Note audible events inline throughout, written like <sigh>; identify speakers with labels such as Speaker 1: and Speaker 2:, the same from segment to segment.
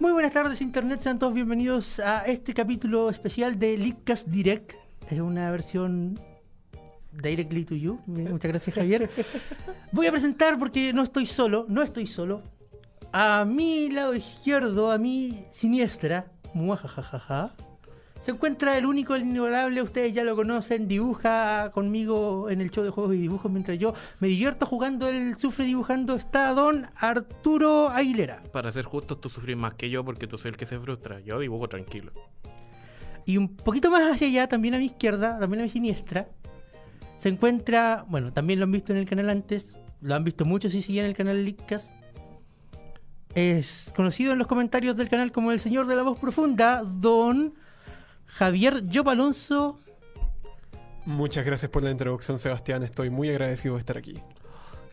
Speaker 1: Muy buenas tardes Internet, sean todos bienvenidos a este capítulo especial de Leadcast Direct. Es una versión directly to you. Muchas gracias Javier. Voy a presentar porque no estoy solo, no estoy solo. A mi lado izquierdo, a mi siniestra, muajajajaja, se encuentra el único, el inigualable, ustedes ya lo conocen, dibuja conmigo en el show de juegos y dibujos mientras yo me divierto jugando, él sufre dibujando, está don Arturo Aguilera.
Speaker 2: Para ser justos, tú sufrís más que yo porque tú soy el que se frustra. Yo dibujo tranquilo.
Speaker 1: Y un poquito más hacia allá, también a mi izquierda, también a mi siniestra, se encuentra, bueno, también lo han visto en el canal antes, lo han visto muchos si siguen el canal Lickas. Es conocido en los comentarios del canal como el señor de la voz profunda, don Javier Job Alonso.
Speaker 3: Muchas gracias por la introducción, Sebastián. Estoy muy agradecido de estar aquí.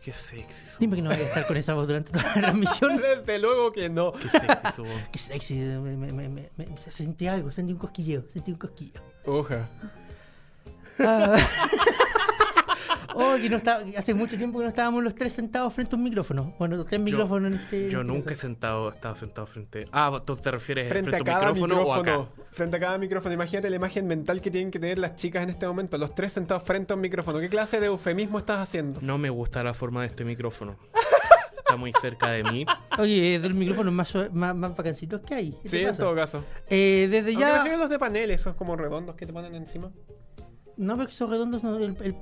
Speaker 2: Qué sexy su
Speaker 1: Dime que no voy a estar con esa voz durante toda la <laughs>
Speaker 3: <laughs>
Speaker 1: transmisión.
Speaker 3: Desde luego que no.
Speaker 2: Qué sexy su voz.
Speaker 1: Qué sexy, me, me- me- me- me- sentí algo, sentí un cosquilleo, sentí un cosquillo.
Speaker 3: Oja.
Speaker 1: Ah. <laughs> Oh, que no estaba- hace mucho tiempo que no estábamos los tres sentados frente a un micrófono. Bueno, los tres micrófonos en este.
Speaker 2: Yo
Speaker 1: en este
Speaker 2: nunca he
Speaker 1: caso.
Speaker 2: sentado, he estado sentado frente. Ah, ¿tú te
Speaker 1: Eh,
Speaker 2: refieres
Speaker 3: Frente, a
Speaker 2: frente
Speaker 3: cada
Speaker 2: al
Speaker 3: micrófono,
Speaker 2: micrófono, o acá?
Speaker 3: Frente a cada micrófono. Imagínate la imagen mental que tienen que tener las chicas en este momento. Los tres sentados frente a un micrófono. ¿Qué clase de eufemismo estás haciendo?
Speaker 2: No me gusta la forma de este micrófono. Está muy cerca de mí.
Speaker 1: Oye, es del micrófono más, suave- más, más bacancitos que hay. ¿Qué te
Speaker 3: Sí, en
Speaker 1: pasa?
Speaker 3: todo caso.
Speaker 1: Eh, desde
Speaker 3: Aunque
Speaker 1: ya.
Speaker 3: prefiero los de panel, esos como redondos que te ponen encima.
Speaker 1: No veo que esos redondos. no, el- el-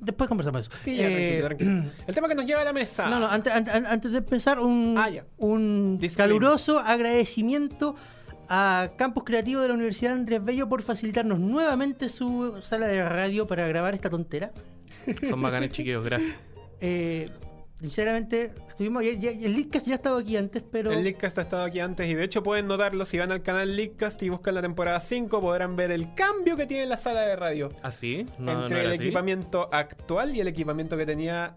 Speaker 1: Después conversamos eso.
Speaker 3: Sí, ya,
Speaker 1: Eh,
Speaker 3: tranquilo,
Speaker 1: <clears throat>
Speaker 3: tranquilo. El tema que nos lleva a la mesa.
Speaker 1: No, no, antes, antes- antes de empezar, un,
Speaker 3: Ah, ya.
Speaker 1: un
Speaker 3: Disclaimer.
Speaker 1: caluroso agradecimiento a Campus Creativo de la Universidad Andrés Bello por facilitarnos nuevamente su sala de radio para grabar esta tontera.
Speaker 2: Son bacanes chiquillos, gracias.
Speaker 1: Eh, sinceramente, estuvimos ayer- ya- el Leadcast ya estaba aquí antes, pero
Speaker 3: El Leadcast ha estado aquí antes y de hecho pueden notarlo si van al canal Leadcast y buscan la temporada 5 podrán ver el cambio que tiene la sala de radio.
Speaker 2: ¿Así? ¿Ah, No, no
Speaker 3: entre
Speaker 2: era
Speaker 3: el
Speaker 2: así.
Speaker 3: equipamiento actual y el equipamiento que tenía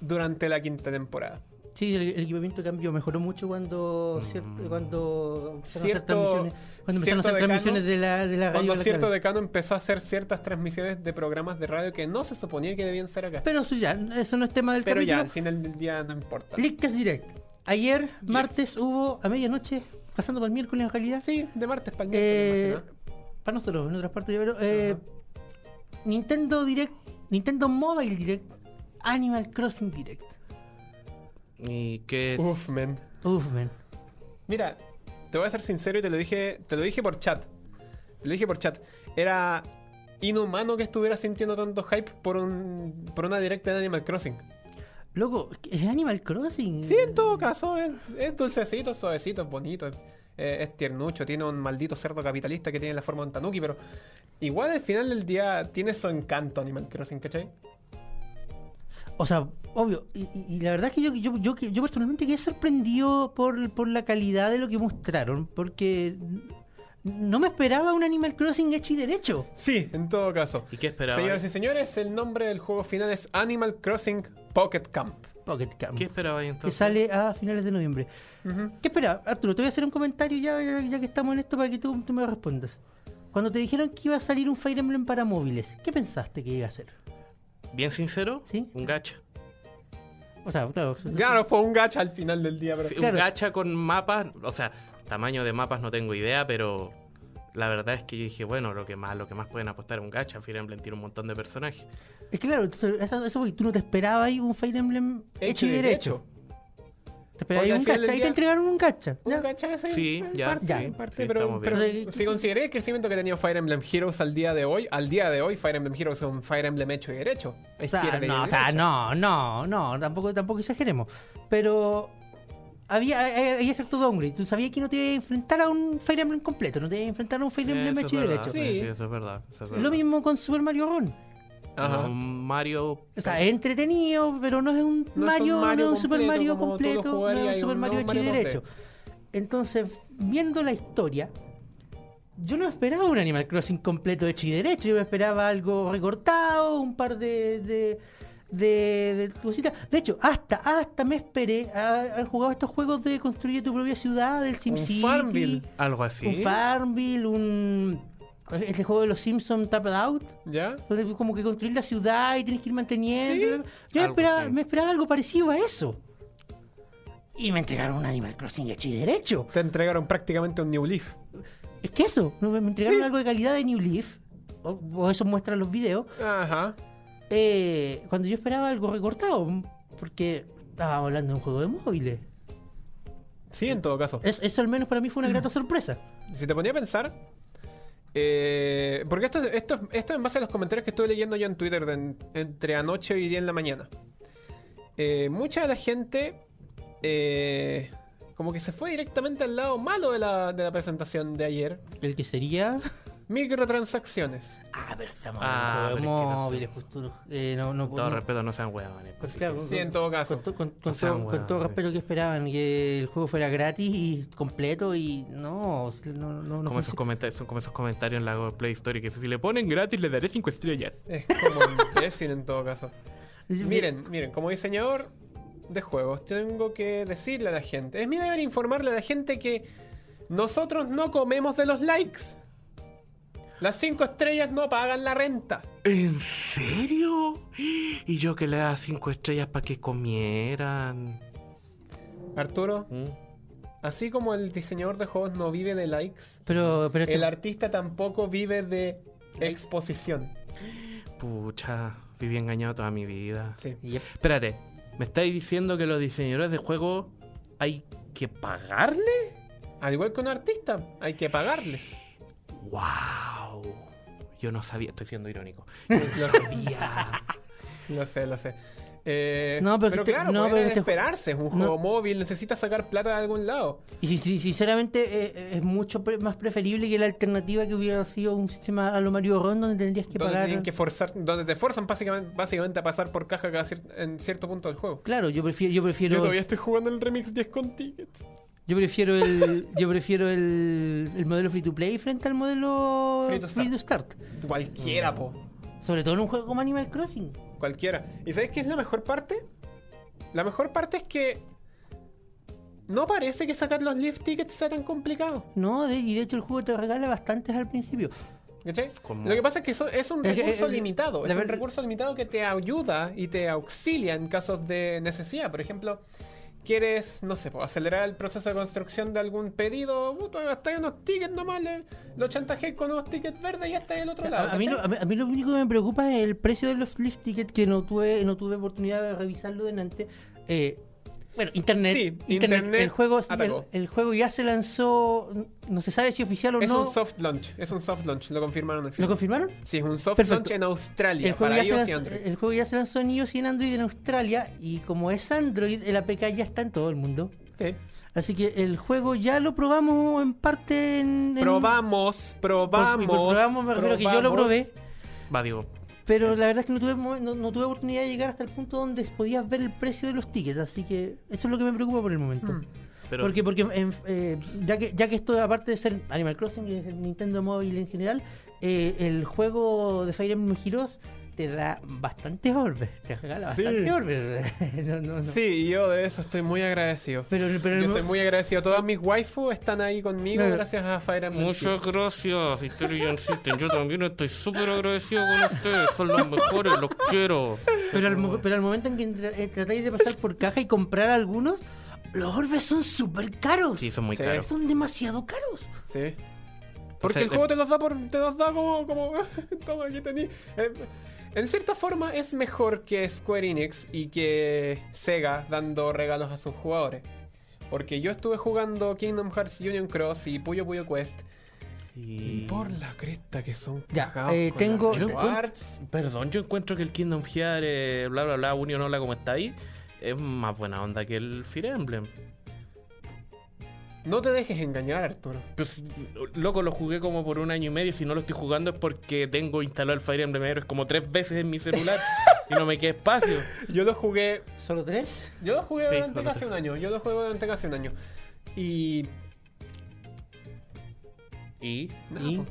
Speaker 3: durante la quinta temporada.
Speaker 1: sí, el, el equipamiento cambió, mejoró mucho cuando,
Speaker 2: Mm.
Speaker 1: cier- cuando empezaron
Speaker 3: Cierto-
Speaker 1: a hacer transmisiones, cuando empezaron a
Speaker 3: cierto
Speaker 1: hacer transmisiones
Speaker 3: decano,
Speaker 1: de la, de la radio.
Speaker 3: Cuando
Speaker 1: de la
Speaker 3: cierto
Speaker 1: clave.
Speaker 3: decano empezó a hacer ciertas transmisiones de programas de radio que no se suponía que debían ser acá.
Speaker 1: Pero
Speaker 3: Pero,
Speaker 1: eso ya, eso no es tema del
Speaker 3: ya,
Speaker 1: capítulo.
Speaker 3: al final del día no importa.
Speaker 1: Leadcast Direct. Ayer, martes, hubo a medianoche, pasando para el miércoles en realidad.
Speaker 3: Sí, de martes para el
Speaker 1: Eh,
Speaker 3: miércoles, más que
Speaker 1: para nosotros, en otras partes, yo creo. eh, Nintendo Direct, Nintendo Mobile Direct, Animal Crossing Direct.
Speaker 2: ¿Y qué es?
Speaker 3: nada. Uf, men.
Speaker 1: Uf, man.
Speaker 3: Mira, te voy a ser sincero y te lo dije, te lo dije por chat. Te lo dije por chat. Era inhumano que estuviera sintiendo tanto hype por un por una directa de Animal Crossing.
Speaker 1: Loco, es Animal Crossing.
Speaker 3: Sí, en todo caso, es, es dulcecito, es suavecito, es bonito, es, eh, es tiernucho, tiene un maldito cerdo capitalista que tiene la forma de un tanuki, pero igual al final del día tiene su encanto Animal Crossing, ¿cachai?
Speaker 1: O sea, obvio. Y, y- y la verdad es que yo, yo, yo, yo personalmente quedé sorprendido por, por la calidad de lo que mostraron. Porque no me esperaba un Animal Crossing hecho y derecho.
Speaker 3: Sí, en todo caso.
Speaker 2: ¿Y qué esperaba?
Speaker 3: Señoras y señores, el nombre del juego final es Animal Crossing Pocket Camp.
Speaker 1: Pocket Camp.
Speaker 2: ¿Qué esperaba ahí
Speaker 1: Oh, que
Speaker 2: entonces?
Speaker 1: sale a finales de noviembre.
Speaker 3: Ujú.
Speaker 1: ¿Qué espera? Arturo, te voy a hacer un comentario ya, ya, ya que estamos en esto para que tú, tú me respondas. Cuando te dijeron que iba a salir un Fire Emblem para móviles, ¿qué pensaste que iba a ser?
Speaker 2: ¿Bien sincero?
Speaker 1: Sí.
Speaker 2: Un gacha.
Speaker 1: O sea, claro.
Speaker 3: Claro, fue un gacha al final del día, pero...
Speaker 2: Sí,
Speaker 1: Claro.
Speaker 2: Un gacha con mapas, o sea, tamaño de mapas no tengo idea, pero La verdad es que yo dije, bueno, lo que más, lo que más pueden apostar es un gacha. Fire Emblem tiene un montón de personajes.
Speaker 1: Es claro, entonces, eso, eso porque tú no te esperabas ahí un Fire Emblem hecho y derecho. Te esperabas
Speaker 3: Porque
Speaker 1: ahí
Speaker 3: al
Speaker 1: un
Speaker 3: final del
Speaker 1: gacha y
Speaker 3: día-
Speaker 1: te entregaron un gacha.
Speaker 3: Un
Speaker 1: Ya.
Speaker 3: gacha es-
Speaker 2: Sí,
Speaker 3: es
Speaker 2: ya,
Speaker 3: parte,
Speaker 1: sí,
Speaker 3: es parte,
Speaker 2: sí,
Speaker 3: pero,
Speaker 2: estamos bien.
Speaker 3: pero si consideráis el crecimiento que ha tenido Fire Emblem Heroes al día de hoy, al día de hoy Fire Emblem Heroes es un Fire Emblem hecho y derecho.
Speaker 1: O sea,
Speaker 3: Izquierda y
Speaker 1: no, o sea,
Speaker 3: derecha.
Speaker 1: no, no, no, tampoco, tampoco exageremos. Pero había, hay- había cierto downgrade. Tú sabías que no te ibas a enfrentar a un Fire Emblem completo, no te ibas a enfrentar a un Fire Emblem
Speaker 2: Eso es
Speaker 1: hecho y derecho.
Speaker 2: verdad,
Speaker 3: Sí.
Speaker 2: eso es verdad. eso es
Speaker 1: Lo
Speaker 2: verdad.
Speaker 1: mismo con Super Mario Run.
Speaker 3: Ajá.
Speaker 2: Un Mario
Speaker 1: O sea, es entretenido, pero no es un
Speaker 3: No es
Speaker 1: Mario,
Speaker 3: un Mario
Speaker 1: no es un Super
Speaker 3: completo
Speaker 1: Mario
Speaker 3: como tú lo
Speaker 1: completo, no
Speaker 3: jugarías
Speaker 1: es un
Speaker 3: y
Speaker 1: Super
Speaker 3: un
Speaker 1: Mario
Speaker 3: nuevo
Speaker 1: hecho y
Speaker 3: Mario
Speaker 1: derecho. Entonces, viendo la historia, yo no esperaba un Animal Crossing completo hecho y derecho. Yo me esperaba algo recortado, un par de. de de, de cositas. De hecho, hasta hasta me esperé a haber jugado estos juegos de construye tu propia ciudad, del
Speaker 3: Un
Speaker 1: SimCity.
Speaker 3: Farmville.
Speaker 2: Algo así.
Speaker 1: Un Farmville, un. Este juego de los Simpsons Tapped Out.
Speaker 3: ¿Ya?
Speaker 1: Donde pues, como que construir la ciudad y tienes que ir manteniendo. Yo me
Speaker 2: Algo
Speaker 1: esperaba,
Speaker 2: así.
Speaker 1: me esperaba algo parecido a eso. Y me entregaron un Animal Crossing hecho y derecho.
Speaker 3: Te entregaron prácticamente un New Leaf.
Speaker 1: Es que eso, no, me me entregaron
Speaker 3: Sí.
Speaker 1: algo de calidad de New Leaf. O, o eso muestran los videos.
Speaker 3: Ajá.
Speaker 1: eh, cuando yo esperaba algo recortado. Porque estábamos hablando de un juego de móviles.
Speaker 3: Sí, en todo caso.
Speaker 1: Es- eso al menos para mí fue una grata sorpresa.
Speaker 3: Si te ponía a pensar. eh, porque esto, esto, esto en base a los comentarios que estuve leyendo yo en Twitter de en- entre anoche y día en la mañana. Eh, mucha de la gente. eh, como que se fue directamente al lado malo de la, de la presentación de ayer.
Speaker 1: El que sería.
Speaker 3: Microtransacciones.
Speaker 1: Ah, pero estamos
Speaker 2: Ah,
Speaker 1: hablando de
Speaker 2: pero es
Speaker 1: juegos
Speaker 2: que
Speaker 1: de
Speaker 2: no sé.
Speaker 1: móviles. pues tú no- eh, no, no,
Speaker 2: Con todo
Speaker 1: no-
Speaker 2: respeto, no sean huevones.
Speaker 1: Pues
Speaker 2: así
Speaker 1: claro,
Speaker 2: que-
Speaker 1: con-
Speaker 3: Sí, en todo caso.
Speaker 1: Con, to- con- con
Speaker 2: O sea,
Speaker 1: todo,
Speaker 2: weón,
Speaker 1: con todo
Speaker 2: sí.
Speaker 1: respeto que esperaban que el juego fuera gratis y completo y no, o sea, no, no, no
Speaker 2: como esos
Speaker 1: funcionó.
Speaker 2: comentarios, son como esos comentarios en la Play Store que dice, si le ponen gratis le daré 5 estrellas.
Speaker 3: Es como un imbécil en todo caso.
Speaker 1: Es-
Speaker 3: Miren, miren, como diseñador de juegos, tengo que decirle a la gente. Es mi deber informarle a la gente que nosotros no comemos de los likes. Las cinco estrellas no pagan la renta.
Speaker 2: ¿En serio? <gasps> Y yo que le daba 5 estrellas para que comieran.
Speaker 3: Arturo,
Speaker 2: Mm.
Speaker 3: así como el diseñador de juegos no vive de likes,
Speaker 1: Pero, pero este-
Speaker 3: el artista tampoco vive de exposición.
Speaker 2: Pucha, viví engañado toda mi vida.
Speaker 3: Sí.
Speaker 1: Yep.
Speaker 2: Espérate, ¿me estáis diciendo que los diseñadores de juegos hay que pagarle?
Speaker 3: Al igual que un artista, hay que pagarles.
Speaker 2: ¡Wow! Yo no sabía, estoy siendo irónico.
Speaker 3: <laughs> Lo sé,
Speaker 2: Ya.
Speaker 3: lo sé. lo sé. Eh,
Speaker 1: No, pero
Speaker 3: pero
Speaker 1: que te-
Speaker 3: claro,
Speaker 1: no,
Speaker 3: pues,
Speaker 1: pero
Speaker 3: era
Speaker 1: que
Speaker 3: de
Speaker 1: te-
Speaker 3: esperarse. Es un
Speaker 1: no.
Speaker 3: juego móvil, necesita sacar plata de algún lado.
Speaker 1: Y si, si- sinceramente eh, eh, es mucho pre- más preferible que la alternativa que hubiera sido un sistema a lo Mario Ron donde tendrías que
Speaker 3: donde
Speaker 1: pagar.
Speaker 3: tienen que forzar, donde te forzan básicamente, básicamente a pasar por caja cada cier- en cierto punto del juego.
Speaker 1: Claro, yo prefiero, yo prefiero,
Speaker 3: Yo
Speaker 1: yo,
Speaker 3: todavía estoy jugando el remix 10 con tickets.
Speaker 1: prefiero el, yo prefiero el, el modelo free to play frente al modelo
Speaker 3: Free to start.
Speaker 1: start. Mm.
Speaker 3: Cualquiera, po.
Speaker 1: Sobre todo en un juego como Animal Crossing.
Speaker 3: Cualquiera. ¿Y sabes qué es la mejor parte? La mejor parte es que no parece que sacar los lift tickets sea tan complicado.
Speaker 1: No, de- y de hecho el juego te regala bastantes al principio.
Speaker 3: ¿Cachai?
Speaker 2: Como-
Speaker 3: Lo que pasa es que eso es un
Speaker 1: Es que,
Speaker 3: recurso
Speaker 1: eh,
Speaker 3: limitado.
Speaker 1: la
Speaker 3: Es un
Speaker 1: verdad-
Speaker 3: recurso limitado que te ayuda y te auxilia en casos de necesidad. Por ejemplo, quieres, no sé, po, acelerar el proceso de construcción de algún pedido, puta, gastáis unos tickets nomás, le- lo chantajeas con unos tickets verdes y ya estáis del otro lado.
Speaker 1: A, a mí lo,
Speaker 3: ¿cachai?
Speaker 1: a mí- a mí lo único que me preocupa es el precio de los lift tickets que no tuve no tuve oportunidad de revisarlo delante. Eh, bueno, internet,
Speaker 3: Sí,
Speaker 1: internet,
Speaker 3: internet
Speaker 1: el juego sí, el,
Speaker 3: atacó.
Speaker 1: el juego ya se lanzó, no se sabe si oficial o
Speaker 3: es
Speaker 1: no.
Speaker 3: un soft launch, es un soft launch, lo confirmaron en
Speaker 1: ¿Lo
Speaker 3: FIFA.
Speaker 1: confirmaron?
Speaker 3: Sí, es un soft
Speaker 1: Perfecto.
Speaker 3: launch en Australia,
Speaker 1: El juego, ya
Speaker 3: para
Speaker 1: se eh,
Speaker 3: iOS y
Speaker 1: lanzó,
Speaker 3: Android.
Speaker 1: el juego ya se lanzó en iOS y en Android en Australia y como es Android, el APK ya está en todo el mundo.
Speaker 3: Sí.
Speaker 1: Así que el juego ya lo probamos en parte en... en-
Speaker 3: Probamos,
Speaker 1: por-
Speaker 3: probamos.
Speaker 1: y por probamos, me refiero que yo lo
Speaker 3: probamos.
Speaker 1: probé.
Speaker 2: Va, digo,
Speaker 1: Pero la verdad es que no tuve, mo- no, no tuve oportunidad de llegar hasta el punto donde podías ver el precio de los tickets, así que eso es lo que me preocupa por el momento.
Speaker 3: Mm.
Speaker 2: pero
Speaker 1: Porque, porque en- eh, ya, que, ya que esto, aparte de ser Animal Crossing, que es el Nintendo Móvil en general, eh, el juego de Fire Emblem Heroes te da bastantes orbes, te regala
Speaker 3: Sí.
Speaker 1: bastantes orbes. <laughs> No, no, no.
Speaker 3: Sí, yo de eso estoy muy agradecido.
Speaker 1: Pero, pero
Speaker 3: Yo estoy muy agradecido. Todas mis waifu están ahí conmigo
Speaker 1: Claro.
Speaker 3: gracias a Fire Emblem.
Speaker 2: Muchas gracias, Intelligent System. Yo también estoy súper agradecido con ustedes. Son los mejores, los quiero.
Speaker 1: pero al, mo- pero al momento en que tra- eh, tratáis de pasar por caja y comprar algunos, los orbes son súper caros.
Speaker 2: Sí, son muy
Speaker 3: Sí.
Speaker 2: caros.
Speaker 1: Son demasiado caros.
Speaker 3: Sí. Porque
Speaker 2: Entonces,
Speaker 3: el juego
Speaker 2: es-
Speaker 3: te los da por, te los da como, como <laughs> toma aquí tení. Eh, en cierta forma es mejor que Square Enix y que Sega dando regalos a sus jugadores. Porque yo estuve jugando Kingdom Hearts Union Cross y Puyo Puyo Quest. Y por la cresta que son
Speaker 1: Ya,
Speaker 3: cagados
Speaker 1: eh,
Speaker 3: con
Speaker 1: tengo-
Speaker 3: las
Speaker 2: Yo
Speaker 3: Kingdom
Speaker 2: encuent-
Speaker 3: Hearts.
Speaker 2: Perdón, yo encuentro que el Kingdom Hearts, eh, bla bla bla, Union Hola como está ahí, es más buena onda que el Fire Emblem.
Speaker 3: No te dejes engañar, Arturo.
Speaker 2: Pues, loco, lo jugué como por un año y medio. Si no lo estoy jugando es porque tengo instalado el Fire Emblem Heroes como tres veces en mi celular y no me queda espacio.
Speaker 3: Yo lo jugué
Speaker 1: ¿Solo tres?
Speaker 3: Yo lo jugué
Speaker 2: Sí,
Speaker 3: durante
Speaker 2: bueno,
Speaker 3: casi
Speaker 2: sí.
Speaker 3: un año. Yo lo juego durante casi un año. Y.
Speaker 2: Y
Speaker 3: nada,
Speaker 1: ¿Y?
Speaker 3: po.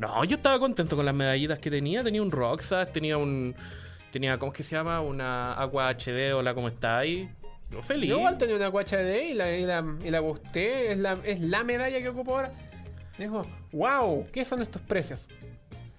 Speaker 2: No, yo estaba contento con las medallitas que tenía. Tenía un Roxas, tenía un. Tenía, ¿cómo es que se llama? Una Agua HD, hola, ¿cómo estáis? Yo feliz.
Speaker 3: Yo igual tenía una guacha de y la, y la, y la busqué. Es la, es la medalla que ocupo ahora. Dijo, wow, ¿qué son estos precios?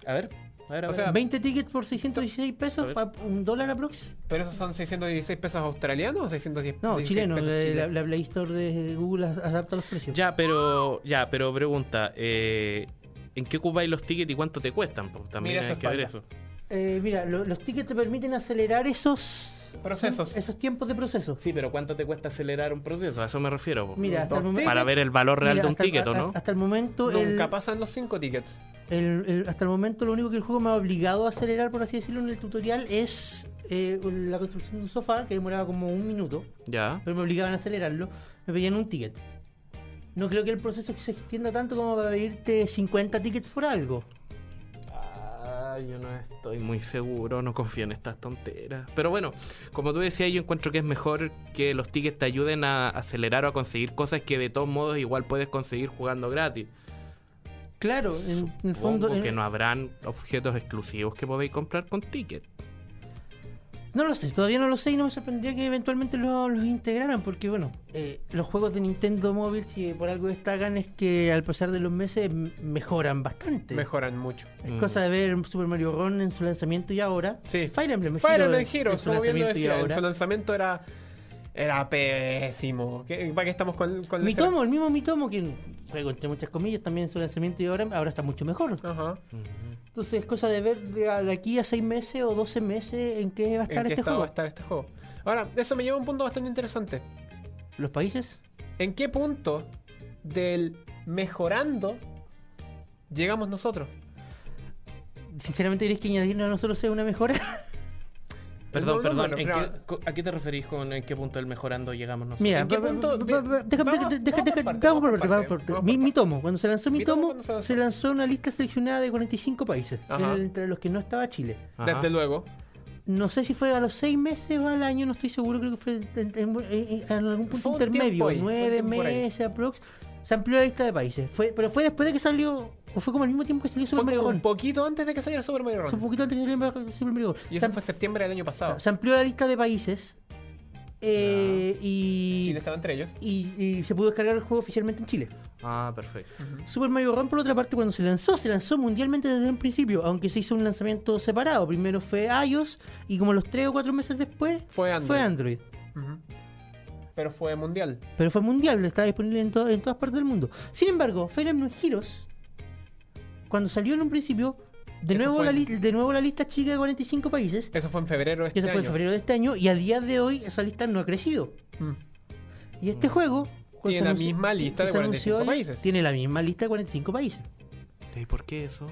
Speaker 2: A ver, a ver, a
Speaker 3: O
Speaker 2: ver.
Speaker 3: sea,
Speaker 1: ¿20 tickets por 616
Speaker 2: A
Speaker 1: pesos?
Speaker 2: ver.
Speaker 1: pa- ¿Un dólar aprox?
Speaker 3: ¿Pero esos son 616 pesos australianos o 610
Speaker 1: No,
Speaker 3: 16
Speaker 1: chileno.
Speaker 3: pesos
Speaker 1: la-
Speaker 3: chilenos?
Speaker 1: La, la Play Store de Google a- adapta los precios.
Speaker 2: Ya, pero. Ya, pero pregunta, eh, ¿en qué ocupáis los tickets y cuánto te cuestan? Po, También
Speaker 3: Mira
Speaker 2: hay
Speaker 3: esa
Speaker 2: que ver eso.
Speaker 3: espalda.
Speaker 1: Eh, mira, lo- los tickets te permiten acelerar esos...
Speaker 3: Procesos.
Speaker 1: Esos tiempos de proceso.
Speaker 2: Sí, pero ¿cuánto te cuesta acelerar un proceso? A eso me refiero. po.
Speaker 1: Mira, hasta el
Speaker 3: Dos
Speaker 1: momento...
Speaker 2: Para ver el valor real
Speaker 1: mira,
Speaker 2: de un
Speaker 1: hasta el-
Speaker 2: ticket, ¿o
Speaker 1: a-
Speaker 2: no?
Speaker 1: Hasta el momento... el-
Speaker 3: Nunca pasan los 5 tickets.
Speaker 1: El- el- hasta el momento lo único que el juego me ha obligado a acelerar, por así decirlo, en el tutorial es eh, la construcción de un sofá que demoraba como un minuto,
Speaker 2: Ya.
Speaker 1: pero me obligaban a acelerarlo, me pedían un ticket. No creo que el proceso se extienda tanto como para pedirte 50 tickets por algo.
Speaker 2: Ah, yo no estoy muy seguro, no confío en estas tonteras. Pero bueno, como tú decías, yo encuentro que es mejor que los tickets te ayuden a acelerar o a conseguir cosas que de todos modos igual puedes conseguir jugando gratis.
Speaker 1: Claro, en, en el fondo... eh,
Speaker 2: Supongo que
Speaker 1: en-
Speaker 2: no habrán objetos exclusivos que podéis comprar con tickets.
Speaker 1: No lo sé, todavía no lo sé y no me sorprendería que eventualmente lo- los integraran, porque bueno, eh, los juegos de Nintendo Móvil, si por algo destacan, es que al pasar de los meses m- mejoran bastante.
Speaker 3: Mejoran mucho.
Speaker 1: Es
Speaker 2: Mm.
Speaker 1: cosa de ver Super Mario Run en su lanzamiento y ahora.
Speaker 3: Sí.
Speaker 1: Fire Emblem
Speaker 3: Fire
Speaker 1: Hero
Speaker 3: Emblem
Speaker 1: en- en
Speaker 3: Heroes,
Speaker 1: su
Speaker 3: como bien lo
Speaker 1: lanzamiento y
Speaker 3: decía, en
Speaker 1: ahora.
Speaker 3: su lanzamiento era. Era pésimo. ¿Qué- ¿Para qué estamos con, con la-
Speaker 1: Mitomo, el mismo Mitomo, que juego entre muchas comillas también en su lanzamiento y ahora, ahora está mucho mejor.
Speaker 3: Ajá.
Speaker 1: Entonces es cosa de ver de, a- de aquí a 6 meses o 12 meses en qué va a
Speaker 3: ¿En
Speaker 1: estar
Speaker 3: qué
Speaker 1: este juego.
Speaker 3: estado va a estar este juego? Ahora, eso me lleva a un punto bastante interesante.
Speaker 1: Los países.
Speaker 3: ¿En qué punto del mejorando llegamos nosotros?
Speaker 1: Sinceramente, ¿crees que añadirnos a nosotros sea una mejora?
Speaker 2: Perdón,
Speaker 3: No, no,
Speaker 2: perdón,
Speaker 3: no,
Speaker 2: ¿en
Speaker 3: pero-
Speaker 2: qué- co- ¿a qué te referís con en qué punto del mejorando llegamos
Speaker 1: <laughs>
Speaker 2: nosotros?
Speaker 1: Mira,
Speaker 3: ¿En qué
Speaker 1: va- va-
Speaker 3: punto?
Speaker 1: va-
Speaker 3: Bien,
Speaker 1: va- deja-
Speaker 3: vamos
Speaker 1: deja-
Speaker 3: por
Speaker 1: deja-
Speaker 3: parte,
Speaker 1: deja-
Speaker 3: vamos
Speaker 1: vamos por
Speaker 3: por
Speaker 1: parte,
Speaker 3: parte,
Speaker 1: vamos por parte.
Speaker 3: vamos
Speaker 1: Mi
Speaker 3: por
Speaker 1: mi tomo, cuando se lanzó mi
Speaker 3: Mi tomo
Speaker 1: tomo,
Speaker 3: cuando se lanzó.
Speaker 1: se lanzó una lista seleccionada de 45 países, eh,
Speaker 3: Ajá.
Speaker 1: entre los que no estaba Chile.
Speaker 2: Ajá.
Speaker 3: Desde luego.
Speaker 1: No sé si fue a los seis meses o al año, no estoy seguro, creo que fue en, en- en- en algún punto
Speaker 3: Fue un
Speaker 1: intermedio,
Speaker 3: tiempo ahí, fue un
Speaker 1: nueve
Speaker 3: tiempo por ahí.
Speaker 1: meses aprox. Se amplió la lista de países, fue, pero fue después de que salió, o fue como al mismo tiempo que salió
Speaker 3: Fue
Speaker 1: Super
Speaker 3: como
Speaker 1: Mario
Speaker 3: un
Speaker 1: Run.
Speaker 3: poquito antes de que saliera Super Mario
Speaker 1: Fue un
Speaker 3: Run.
Speaker 1: poquito antes que salió Super Mario Run.
Speaker 3: Y
Speaker 1: Se,
Speaker 3: eso
Speaker 1: am-
Speaker 3: fue septiembre del año pasado.
Speaker 1: se amplió la lista de países eh, y,
Speaker 3: Chile estaba entre ellos.
Speaker 1: y- y se pudo descargar el juego oficialmente en Chile.
Speaker 2: Ah, perfecto.
Speaker 1: Super Mario Run, por otra parte, cuando se lanzó, se lanzó mundialmente desde un principio, aunque se hizo un lanzamiento separado. Primero fue iOS y como los tres o cuatro meses después
Speaker 3: Fue Android.
Speaker 1: Fue Android.
Speaker 3: Ujú. Pero fue mundial.
Speaker 1: pero fue mundial, está disponible en, to- en todas partes del mundo. Sin embargo, Fire Emblem Heroes, cuando salió en un principio, de
Speaker 3: Eso
Speaker 1: nuevo,
Speaker 3: fue
Speaker 1: la
Speaker 3: en-
Speaker 1: li- de nuevo la lista chica de 45 países,
Speaker 3: Eso fue en febrero de
Speaker 1: que
Speaker 3: este
Speaker 1: esa fue en
Speaker 3: año.
Speaker 1: febrero de este año, y a día de hoy esa lista no ha crecido.
Speaker 3: Mm.
Speaker 1: Y este juego... cuando
Speaker 3: Tiene
Speaker 1: se
Speaker 3: la
Speaker 1: anunció-
Speaker 3: misma lista de
Speaker 1: se anunció
Speaker 3: 45
Speaker 1: hoy,
Speaker 3: países.
Speaker 1: Tiene la misma lista de 45 países.
Speaker 2: ¿Y por qué eso?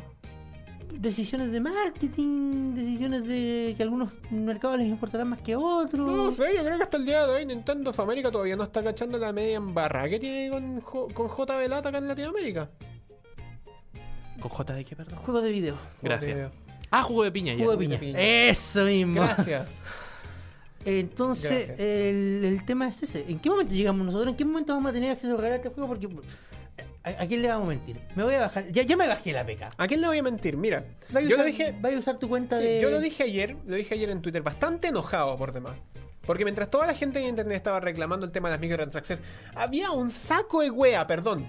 Speaker 1: Decisiones de marketing, decisiones de que algunos mercados les importarán más que a otros.
Speaker 3: No sé, yo creo que hasta el día de hoy Nintendo of América todavía no está cachando la media en barra que tiene con, Jo- con JB Lata acá en Latinoamérica.
Speaker 2: ¿Con J de qué, perdón?
Speaker 1: Juegos de video.
Speaker 2: Gracias. Ah, jugo de piña ya.
Speaker 1: Juego de
Speaker 3: juego de
Speaker 1: piña.
Speaker 3: piña.
Speaker 1: Eso mismo. <laughs>
Speaker 3: Gracias.
Speaker 1: Entonces,
Speaker 3: Gracias.
Speaker 1: el, el tema es ese. ¿En qué momento llegamos nosotros? ¿En qué momento vamos a tener acceso real a este juego? Porque. eh, ¿A, a quién le vamos a mentir? Me voy a bajar. Ya, ya me bajé la peca.
Speaker 3: ¿A quién le voy a mentir? Mira,
Speaker 1: Vas a
Speaker 3: yo lo
Speaker 1: usar-
Speaker 3: dije,
Speaker 1: vas a usar tu cuenta
Speaker 3: Sí,
Speaker 1: de.
Speaker 3: yo lo dije ayer, lo dije ayer en Twitter, bastante enojado por demás. Porque mientras toda la gente en internet estaba reclamando el tema de las microtransacciones, había un saco de wea, perdón.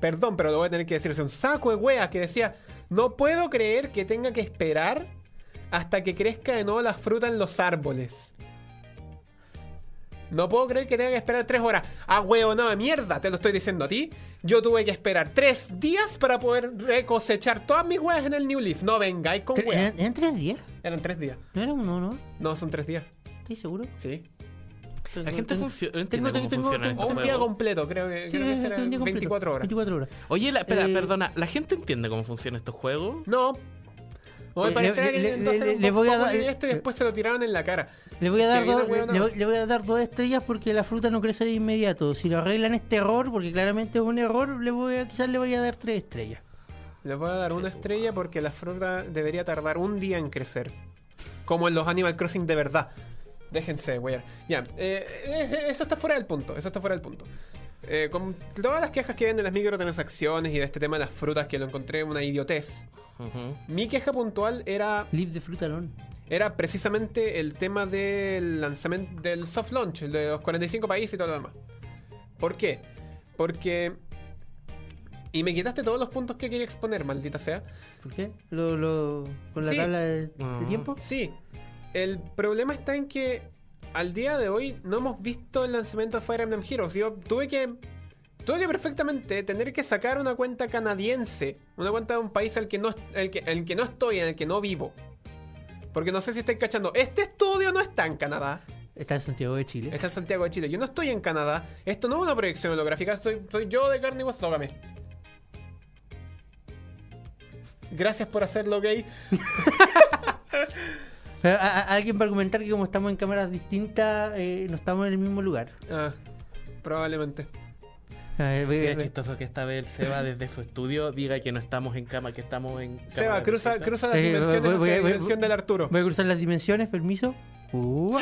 Speaker 3: Perdón, pero lo voy a tener que decirse, un saco de wea que decía, no puedo creer que tenga que esperar hasta que crezca de nuevo la fruta en los árboles. No puedo creer que tenga que esperar tres horas. Ah, huevo, no, mierda, te lo estoy diciendo a ti. Yo tuve que esperar tres días para poder recosechar todas mis huevas en el New Leaf. No vengáis con
Speaker 1: Tre-
Speaker 3: huevas.
Speaker 1: ¿Eran, eran tres días?
Speaker 3: Eran tres días.
Speaker 1: ¿No era uno, no?
Speaker 3: No, son tres días.
Speaker 1: ¿Estoy seguro?
Speaker 3: Sí.
Speaker 2: La gente funciona.
Speaker 1: tengo-
Speaker 2: entiende cómo
Speaker 1: tengo-
Speaker 2: funcionan
Speaker 1: tengo-
Speaker 3: O
Speaker 2: estos
Speaker 3: un día
Speaker 2: juegos.
Speaker 3: completo, creo que,
Speaker 1: Sí,
Speaker 3: creo que
Speaker 1: es- es
Speaker 3: serán
Speaker 1: un día completo.
Speaker 3: 24 horas.
Speaker 1: 24 horas.
Speaker 2: Oye, la- espera,
Speaker 1: Eh,
Speaker 2: perdona, ¿la gente entiende cómo funcionan estos juegos?
Speaker 3: No. O me
Speaker 1: Le-
Speaker 3: parece
Speaker 1: le-
Speaker 3: que
Speaker 1: le-
Speaker 3: entonces
Speaker 1: le-
Speaker 3: era un
Speaker 1: le
Speaker 3: Vox
Speaker 1: voy a dar- eh,
Speaker 3: Populi de esto y después se lo tiraron en la cara.
Speaker 1: Le voy, a dar
Speaker 3: Que viene,
Speaker 1: dos,
Speaker 3: weón,
Speaker 1: le,
Speaker 3: no.
Speaker 1: voy, le voy a dar dos estrellas porque la fruta no crece de inmediato. Si lo arreglan este error, porque claramente es un error, le voy a, quizás le voy a dar tres estrellas.
Speaker 3: Le voy a dar
Speaker 1: pues,
Speaker 3: una estrella porque la fruta debería tardar un día en crecer. Como en los Animal Crossing de verdad. Déjense, weón. Ya, eh, es- eso está fuera del punto. Eso está fuera del punto. Eh, con todas las quejas que hay de las microtransacciones y de este tema de las frutas que lo encontré una idiotez.
Speaker 2: Ujú.
Speaker 3: Mi queja puntual era,
Speaker 1: Leave de fruta alone.
Speaker 3: era precisamente el tema del lanzamiento del soft launch, el de los 45 países y todo lo demás. ¿Por qué? Porque... Y me quitaste todos los puntos que quería exponer, maldita sea.
Speaker 1: ¿Por qué? ¿Lo, lo, ¿Con la
Speaker 3: Sí.
Speaker 1: tabla de, de
Speaker 2: Ah.
Speaker 1: tiempo?
Speaker 3: Sí, el problema está en que al día de hoy no hemos visto el lanzamiento de Fire Emblem Heroes. Yo tuve que, tuve que perfectamente tener que sacar una cuenta canadiense, una cuenta de un país al que no, al que, al que no estoy, en el que no vivo. Porque no sé si estáis cachando, este estudio no está en Canadá,
Speaker 1: Está en Santiago de Chile.
Speaker 3: está en Santiago de Chile. Yo no estoy en Canadá, esto no es una proyección holográfica, soy, soy yo de carne y hueso, tócame. Gracias por hacerlo, gay.
Speaker 1: A- a- a- alguien va a argumentar que como estamos en cámaras distintas, eh, no estamos en el mismo lugar.
Speaker 3: Ah, probablemente.
Speaker 1: Eh,
Speaker 2: Sí,
Speaker 1: ve-
Speaker 2: es
Speaker 1: ve-
Speaker 2: chistoso que esta vez el Seba desde su estudio diga que no estamos en cama, que estamos en cama.
Speaker 3: Seba, cruza, cruza las
Speaker 1: Eh,
Speaker 3: dimensiones
Speaker 1: voy-
Speaker 3: hacia
Speaker 1: voy-
Speaker 3: la
Speaker 1: voy-
Speaker 3: dimensión del Arturo.
Speaker 1: Voy a cruzar las dimensiones, permiso. Uh.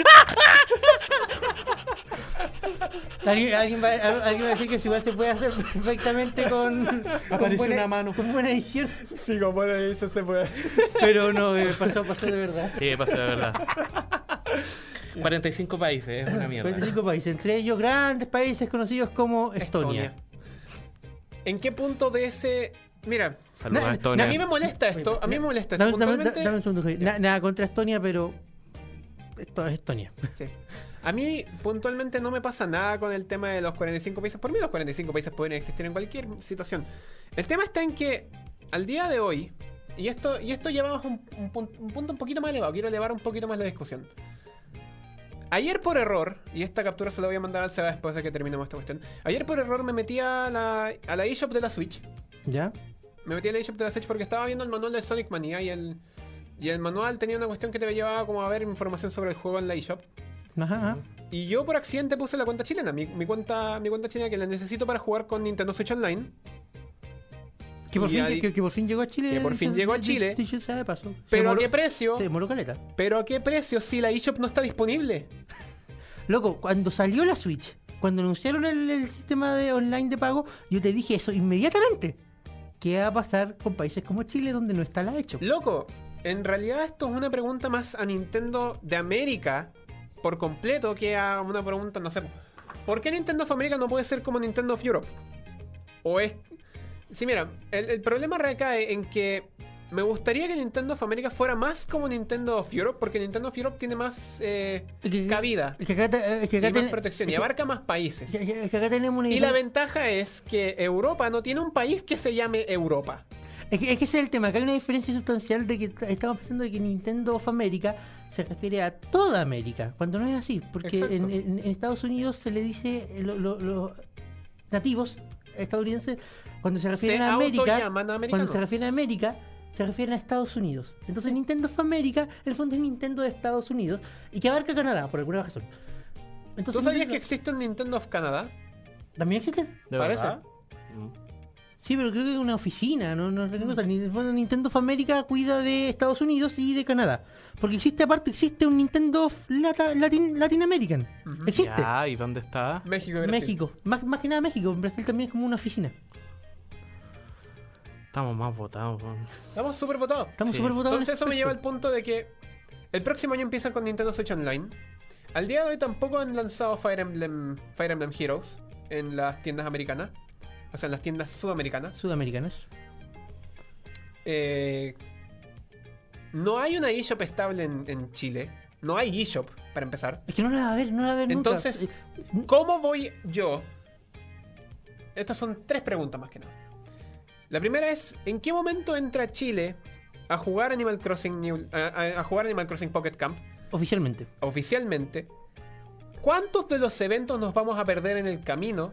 Speaker 1: ¿Alguien, alguien, va, al- alguien va a decir que eso igual se puede hacer perfectamente con, con
Speaker 2: Apareció
Speaker 1: buena-
Speaker 2: una mano.
Speaker 1: con buena edición,
Speaker 3: Sí, como él dice, se puede.
Speaker 1: pero no, eh, pasó, pasó de verdad.
Speaker 2: Sí, pasó de verdad. <laughs> 45 países, es una mierda.
Speaker 1: 45 países, entre ellos grandes países conocidos como Estonia.
Speaker 3: ¿En qué punto de ese.? Mira,
Speaker 2: Saludos
Speaker 1: Na-
Speaker 2: a
Speaker 3: a
Speaker 2: Estonia.
Speaker 3: mí me molesta esto. A mí me molesta esto.
Speaker 1: Dame, dame-
Speaker 3: puntualmente-
Speaker 1: dame un segundo, Javi. Na- nada contra Estonia, pero esto es Estonia.
Speaker 3: Sí. A mí, puntualmente, no me pasa nada con el tema de los 45 países. Por mí, los 45 países pueden existir en cualquier situación. El tema está en que, al día de hoy, y esto, y esto llevamos un, un pun- un punto un poquito más elevado, quiero elevar un poquito más la discusión. Ayer por error, y esta captura se la voy a mandar al Seba después de que terminemos esta cuestión. Ayer por error me metí a la, a la eShop de la Switch.
Speaker 1: ¿Ya?
Speaker 3: Me metí a la eShop de la Switch porque estaba viendo el manual de Sonic Mania y el, y el manual tenía una cuestión que te llevaba como a ver información sobre el juego en la eShop.
Speaker 1: Ajá, ajá.
Speaker 3: Y yo por accidente puse la cuenta chilena, mi, mi cuenta, mi cuenta chilena que la necesito para jugar con Nintendo Switch Online.
Speaker 1: Que por,
Speaker 3: Y
Speaker 1: fin,
Speaker 3: ahí-
Speaker 1: que, que por fin llegó a Chile.
Speaker 3: que por fin
Speaker 1: dicho-
Speaker 3: llegó a
Speaker 1: dicho-
Speaker 3: Chile.
Speaker 1: dicho sea de paso. Se
Speaker 3: Pero a
Speaker 1: demoró-
Speaker 3: qué precio,
Speaker 1: Se demoró caleta.
Speaker 3: pero a qué precio si la eShop no está disponible.
Speaker 1: Loco, cuando salió la Switch, cuando anunciaron el, el sistema de online de pago, yo te dije eso inmediatamente. ¿Qué va a pasar con países como Chile donde no está la hecho?
Speaker 3: Loco, en realidad esto es una pregunta más a Nintendo de América por completo que a una pregunta, no sé. ¿Por qué Nintendo of America no puede ser como Nintendo of Europe? O es... Sí, mira, el, el problema recae en que me gustaría que Nintendo of America fuera más como Nintendo of Europe porque Nintendo of Europe tiene más eh, cabida.
Speaker 1: Es que acá, te- es que
Speaker 3: Y
Speaker 1: acá
Speaker 3: más
Speaker 1: ten-
Speaker 3: protección
Speaker 1: es
Speaker 3: y
Speaker 1: que-
Speaker 3: abarca más países.
Speaker 1: <laughs> es que- es que acá tenemos una
Speaker 3: Y la
Speaker 1: idea.
Speaker 3: ventaja es que Europa no tiene un país que se llame Europa.
Speaker 1: Es que, es que ese es el tema, acá hay una diferencia sustancial de que t- estamos pensando de que Nintendo of America se refiere a toda América, cuando no es así, porque
Speaker 3: Exacto.
Speaker 1: en, en- en Estados Unidos se le dice eh, lo- lo- los nativos estadounidenses, cuando se refieren
Speaker 3: Se
Speaker 1: a América,
Speaker 3: autollaman americanos.
Speaker 1: cuando se refieren a América, se refieren a Estados Unidos. Entonces Nintendo of America, en el fondo es Nintendo de Estados Unidos y que abarca Canadá, por alguna razón. Entonces,
Speaker 3: ¿Tú sabías
Speaker 1: Nintendo-
Speaker 3: que existe un Nintendo of Canadá?
Speaker 1: ¿También existen?
Speaker 2: ¿De
Speaker 3: parece.
Speaker 2: verdad? Mm.
Speaker 1: Sí, pero creo que es una oficina, no, no es
Speaker 3: Mm.
Speaker 1: otra cosa. Ni- bueno, Nintendo of America cuida de Estados Unidos y de Canadá. Porque existe, aparte, existe un Nintendo of Lata- Latin, Latin American.
Speaker 3: Ujú.
Speaker 1: Existe.
Speaker 2: Ya, ¿y dónde está?
Speaker 3: México y Brasil.
Speaker 1: México. Más, más que nada México. En Brasil también es como una oficina.
Speaker 2: Estamos más votados. po.
Speaker 3: Estamos súper votados.
Speaker 1: Estamos
Speaker 2: Sí.
Speaker 1: súper votados. en
Speaker 3: Entonces
Speaker 1: ese
Speaker 3: eso me lleva al
Speaker 1: aspecto.
Speaker 3: punto de que el próximo año empiezan con Nintendo Switch Online. Al día de hoy tampoco han lanzado Fire Emblem, Fire Emblem Heroes en las tiendas americanas. O sea, en las tiendas sudamericanas.
Speaker 1: Sudamericanas.
Speaker 3: Eh, no hay una eShop estable en, en Chile. No hay eShop. para empezar.
Speaker 1: Es que no la va a ver, no la va a ver nunca.
Speaker 3: Entonces,
Speaker 1: Mm.
Speaker 3: ¿cómo voy yo? Estas son tres preguntas más que nada. La primera es, ¿en qué momento entra Chile a jugar Animal Crossing New- a, a- a jugar Animal Crossing Pocket Camp
Speaker 1: oficialmente.
Speaker 3: oficialmente? ¿Cuántos de los eventos nos vamos a perder en el camino?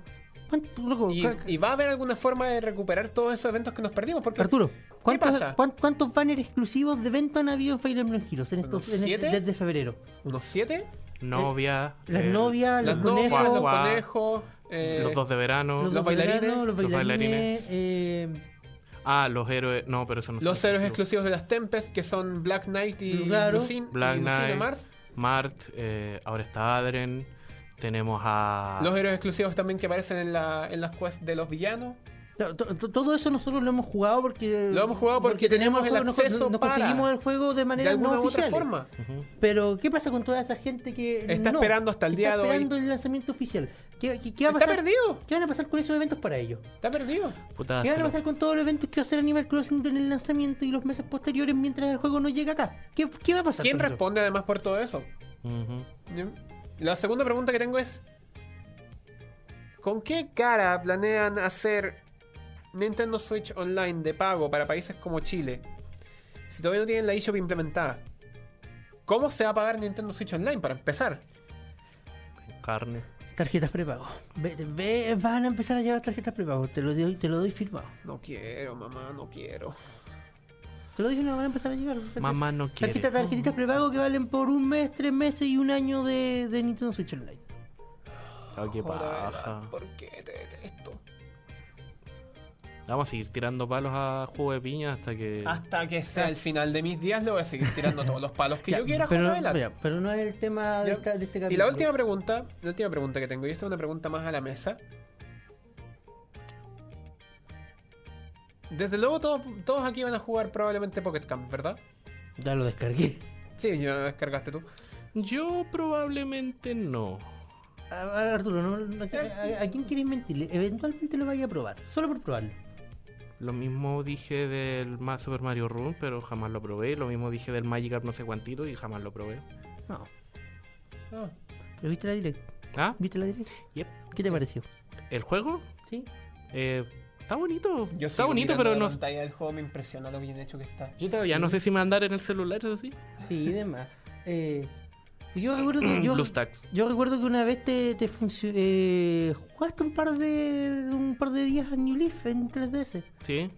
Speaker 1: ¿Cuánto, loco?
Speaker 3: Y,
Speaker 1: Ca- ca-
Speaker 3: y va a haber alguna forma de recuperar todos esos eventos que nos perdimos. Porque
Speaker 1: Arturo, ¿cuántos,
Speaker 3: pasa?
Speaker 1: cuán- ¿cuántos banners exclusivos de venta han habido en Fire Emblem Heroes en estos,
Speaker 3: ¿Unos
Speaker 1: en este-
Speaker 3: siete?
Speaker 1: desde febrero?
Speaker 3: ¿Unos siete?
Speaker 2: Novia.
Speaker 1: Las
Speaker 2: el-
Speaker 1: novias, los
Speaker 3: Las
Speaker 1: conejos,
Speaker 3: novias, los
Speaker 2: Guau, guau.
Speaker 3: conejos. eh,
Speaker 2: Los dos de verano.
Speaker 1: los,
Speaker 3: los
Speaker 1: bailarines,
Speaker 3: bailarines,
Speaker 1: los
Speaker 2: los
Speaker 1: bailarines,
Speaker 2: bailarines.
Speaker 1: eh,
Speaker 2: Ah, los héroes. No, pero eso no
Speaker 3: Los
Speaker 2: son
Speaker 3: héroes exclusivos de las Tempest, que son Black Knight y
Speaker 1: Claro.
Speaker 3: Lucin-
Speaker 2: Black
Speaker 3: y Lucina
Speaker 2: Knight.
Speaker 3: Marth.
Speaker 2: Mart, eh, ahora está Adren. Tenemos a.
Speaker 3: Los héroes exclusivos también que aparecen en, la- en las quests de los villanos.
Speaker 1: to- to- to- todo eso nosotros lo hemos jugado porque
Speaker 3: Lo hemos jugado porque tenemos el
Speaker 1: juego, nos-
Speaker 3: acceso
Speaker 1: nos
Speaker 3: para-
Speaker 1: conseguimos el juego de
Speaker 3: De
Speaker 1: manera
Speaker 3: alguna
Speaker 1: no
Speaker 3: u otra
Speaker 1: oficial.
Speaker 3: forma.
Speaker 2: Ujú.
Speaker 1: Pero ¿qué pasa con toda esa gente que
Speaker 3: Está
Speaker 1: no,
Speaker 3: esperando hasta el
Speaker 1: que
Speaker 3: día
Speaker 1: está
Speaker 3: de hoy?
Speaker 1: esperando el lanzamiento oficial? ¿Qué, qué- qué va a
Speaker 3: Está
Speaker 1: pasar?
Speaker 3: perdido. Ah,
Speaker 1: ¿Qué van a pasar con esos eventos para ellos?
Speaker 3: Está perdido.
Speaker 2: Puta,
Speaker 1: ¿Qué
Speaker 2: se
Speaker 1: van a
Speaker 2: lo-
Speaker 1: pasar con todos los eventos que va a hacer Animal Crossing en el lanzamiento y los meses posteriores mientras el juego no llega acá? ¿Qué, qué va a pasar?
Speaker 3: ¿Quién
Speaker 1: con eso?
Speaker 3: responde además por todo eso?
Speaker 2: Ujú.
Speaker 3: La segunda pregunta que tengo es: ¿Con qué cara planean hacer Nintendo Switch Online de pago para países como Chile? Si todavía no tienen la eShop implementada. ¿Cómo se va a pagar Nintendo Switch Online para empezar?
Speaker 2: Carne.
Speaker 1: Tarjetas prepago. Ve- ve- van a empezar a llegar tarjetas prepago. Te lo doy, te lo doy firmado.
Speaker 3: No quiero, mamá, no quiero.
Speaker 1: Te lo doy firmado, van a empezar a llegar. Tarjetas-
Speaker 2: Mamá no quiere.
Speaker 1: tarjetas-
Speaker 3: Oh.
Speaker 1: tarjetitas prepago que valen por un mes, tres meses y un año de, de Nintendo Switch Online.
Speaker 2: Ah, qué
Speaker 3: Joder,
Speaker 2: paja.
Speaker 3: ¿Por qué te detesto?
Speaker 2: Vamos a seguir tirando palos a juego de piña hasta que.
Speaker 3: Hasta que sea el final de mis días, le voy a seguir tirando todos los palos que
Speaker 1: Ya,
Speaker 3: yo quiera,
Speaker 1: pero,
Speaker 3: JBL.
Speaker 1: ya, pero no es el tema de,
Speaker 3: Ya.
Speaker 1: esta- de este capítulo.
Speaker 3: Y la última pregunta, la última pregunta que tengo, y esta es una pregunta más a la mesa. Desde luego todos, todos aquí van a jugar probablemente Pocket Camp, ¿verdad?
Speaker 1: Ya lo descargué.
Speaker 3: Sí, ya lo descargaste tú.
Speaker 2: Yo probablemente no.
Speaker 1: A- a- Arturo, no- no- a, a- a quién quieres mentirle? Eventualmente lo vaya a probar. Solo por probarlo.
Speaker 2: Lo mismo dije del más Super Mario Run, pero jamás lo probé. Lo mismo dije del Magikarp no sé cuántito y jamás lo probé.
Speaker 1: No.
Speaker 3: Ah,
Speaker 1: ¿Pero viste la direct?
Speaker 2: ¿Ah?
Speaker 1: ¿Viste la direct?
Speaker 2: Yep.
Speaker 1: ¿Qué te pareció?
Speaker 2: ¿El juego?
Speaker 1: ¿Sí?
Speaker 2: Eh, está bonito.
Speaker 3: yo
Speaker 2: está
Speaker 3: sigo
Speaker 2: bonito,
Speaker 3: mirando
Speaker 2: pero
Speaker 3: la
Speaker 2: no.
Speaker 3: pantalla del juego me impresiona lo bien hecho que está.
Speaker 2: Yo todavía no sé si mandar en el celular, eso <clears throat> sí.
Speaker 1: Sí, y demás. Eh,
Speaker 2: <clears throat>
Speaker 1: yo recuerdo que yo,
Speaker 2: BlueStacks.
Speaker 1: yo recuerdo que una vez te, te funcio- eh, jugaste un par de un par de días a New Leaf en 3DS.
Speaker 2: Sí.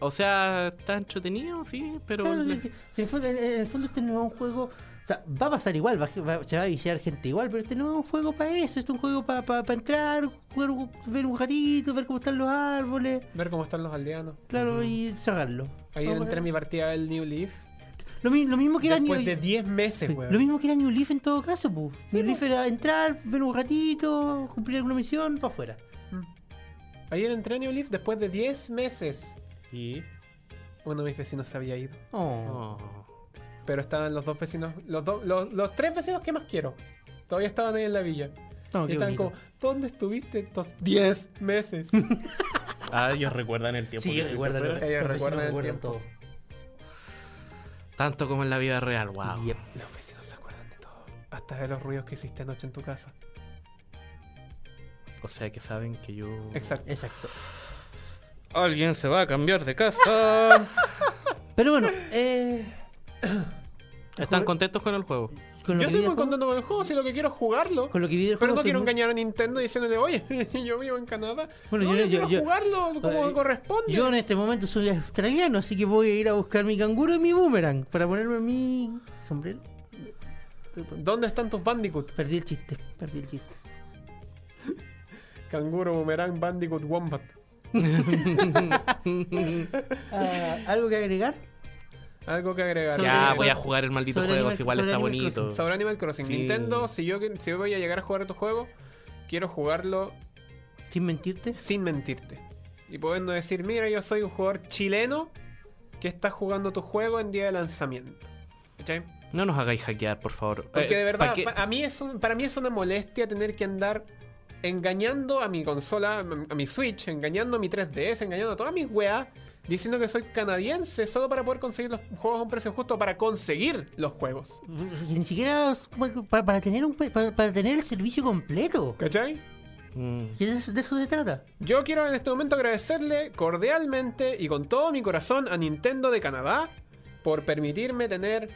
Speaker 2: O sea, está entretenido, sí, pero.
Speaker 1: Claro, sí, sí. Sí, en, el fondo, en- en el fondo este no es un juego, o sea, va a pasar igual, va, va- se va a viciar gente igual, pero este no es un juego para eso, este es un juego para entrar, jugar- ver un gatito, ver cómo están los árboles,
Speaker 3: Ver cómo están los aldeanos.
Speaker 1: claro,
Speaker 2: Ujú.
Speaker 1: y cerrarlo.
Speaker 3: Ayer
Speaker 1: Vamos a
Speaker 3: entré en mi
Speaker 1: ver.
Speaker 3: partida del New Leaf.
Speaker 1: lo, mi- lo mismo que era
Speaker 3: Después
Speaker 1: New-
Speaker 3: de 10 meses,
Speaker 1: Sí,
Speaker 3: weón.
Speaker 1: Lo mismo que era New Leaf en todo caso, pues. New Leaf era entrar, ver un gatito, cumplir alguna misión, para afuera.
Speaker 3: Mm. Ayer entré a New Leaf después de 10 meses.
Speaker 2: Y.
Speaker 3: Uno de mis vecinos se había ido.
Speaker 1: Oh.
Speaker 2: Oh.
Speaker 3: Pero estaban los dos vecinos, los, dos- los, los tres vecinos que más quiero. Todavía estaban ahí en la villa.
Speaker 1: No,
Speaker 3: y
Speaker 1: qué
Speaker 3: estaban
Speaker 1: bonito.
Speaker 3: como, ¿dónde estuviste estos 10 meses?
Speaker 1: <laughs>
Speaker 2: Ah, ellos recuerdan el tiempo.
Speaker 1: Sí,
Speaker 2: que
Speaker 1: recuerdan,
Speaker 2: fuera.
Speaker 1: los-
Speaker 3: Ellos
Speaker 1: los
Speaker 3: recuerdan
Speaker 1: vecinos
Speaker 3: el
Speaker 1: recuerdan
Speaker 3: tiempo.
Speaker 1: todo.
Speaker 2: Tanto como en la vida real, wow.
Speaker 1: Yep.
Speaker 3: los vecinos pues, se acuerdan de todo. Hasta de los ruidos que hiciste anoche en tu casa.
Speaker 2: O sea que saben que yo.
Speaker 3: Exacto.
Speaker 1: Exacto.
Speaker 2: Alguien se va a cambiar de <laughs> casa.
Speaker 1: Pero bueno, eh,
Speaker 2: ¿Están contentos con el juego?
Speaker 1: con
Speaker 3: Yo
Speaker 1: lo que
Speaker 3: estoy
Speaker 1: vi del
Speaker 3: muy
Speaker 1: juego-
Speaker 3: contento con el juego, si lo que quiero es jugarlo.
Speaker 1: con lo que vi del
Speaker 3: Pero
Speaker 1: juego
Speaker 3: no
Speaker 1: estoy
Speaker 3: quiero
Speaker 1: muy-
Speaker 3: engañar a Nintendo diciéndole, oye, <laughs> yo vivo en Canadá.
Speaker 1: Bueno,
Speaker 3: no,
Speaker 1: yo-
Speaker 3: yo,
Speaker 1: yo-
Speaker 3: quiero
Speaker 1: yo-
Speaker 3: jugarlo como
Speaker 1: eh,
Speaker 3: corresponde.
Speaker 1: Yo en este momento soy australiano, así que voy a ir a buscar mi canguro y mi boomerang para ponerme mi sombrero.
Speaker 3: ¿Dónde están tus Bandicoot?
Speaker 1: Perdí el chiste, perdí el chiste.
Speaker 3: Canguro, Boomerang, Bandicoot, Wombat.
Speaker 1: Ah, ¿Algo que agregar?
Speaker 3: Algo que agregar.
Speaker 1: Sobre-
Speaker 2: Ya,
Speaker 3: Eh,
Speaker 2: voy a jugar el maldito
Speaker 1: sobre
Speaker 2: juego,
Speaker 1: Animal-
Speaker 2: si igual
Speaker 1: sobre
Speaker 2: está
Speaker 1: Animal
Speaker 2: bonito.
Speaker 1: Crossing.
Speaker 3: Sobre Animal Crossing.
Speaker 2: Sí.
Speaker 3: Nintendo, si yo, si yo voy a llegar a jugar a tu juego, quiero jugarlo
Speaker 1: Sin mentirte.
Speaker 3: sin mentirte. Y pudiendo decir, mira, yo soy un jugador chileno que está jugando tu juego en día de lanzamiento. ¿Cachai?
Speaker 2: No nos hagáis hackear, por favor.
Speaker 3: Porque
Speaker 2: Eh,
Speaker 3: de
Speaker 2: ¿pa'
Speaker 3: verdad,
Speaker 2: qué?
Speaker 3: pa- a mí es un- para mí es una molestia tener que andar engañando a mi consola, a mi Switch, engañando a mi 3DS, engañando a todas mis weas, diciendo que soy canadiense solo para poder conseguir los juegos a un precio justo, para conseguir los juegos.
Speaker 1: Y Ni siquiera es pa- para, tener un, pe- para, para tener el servicio completo.
Speaker 3: ¿Cachai?
Speaker 2: Mm.
Speaker 1: Y de eso, de eso se trata.
Speaker 3: Yo quiero en este momento agradecerle cordialmente y con todo mi corazón a Nintendo de Canadá por permitirme tener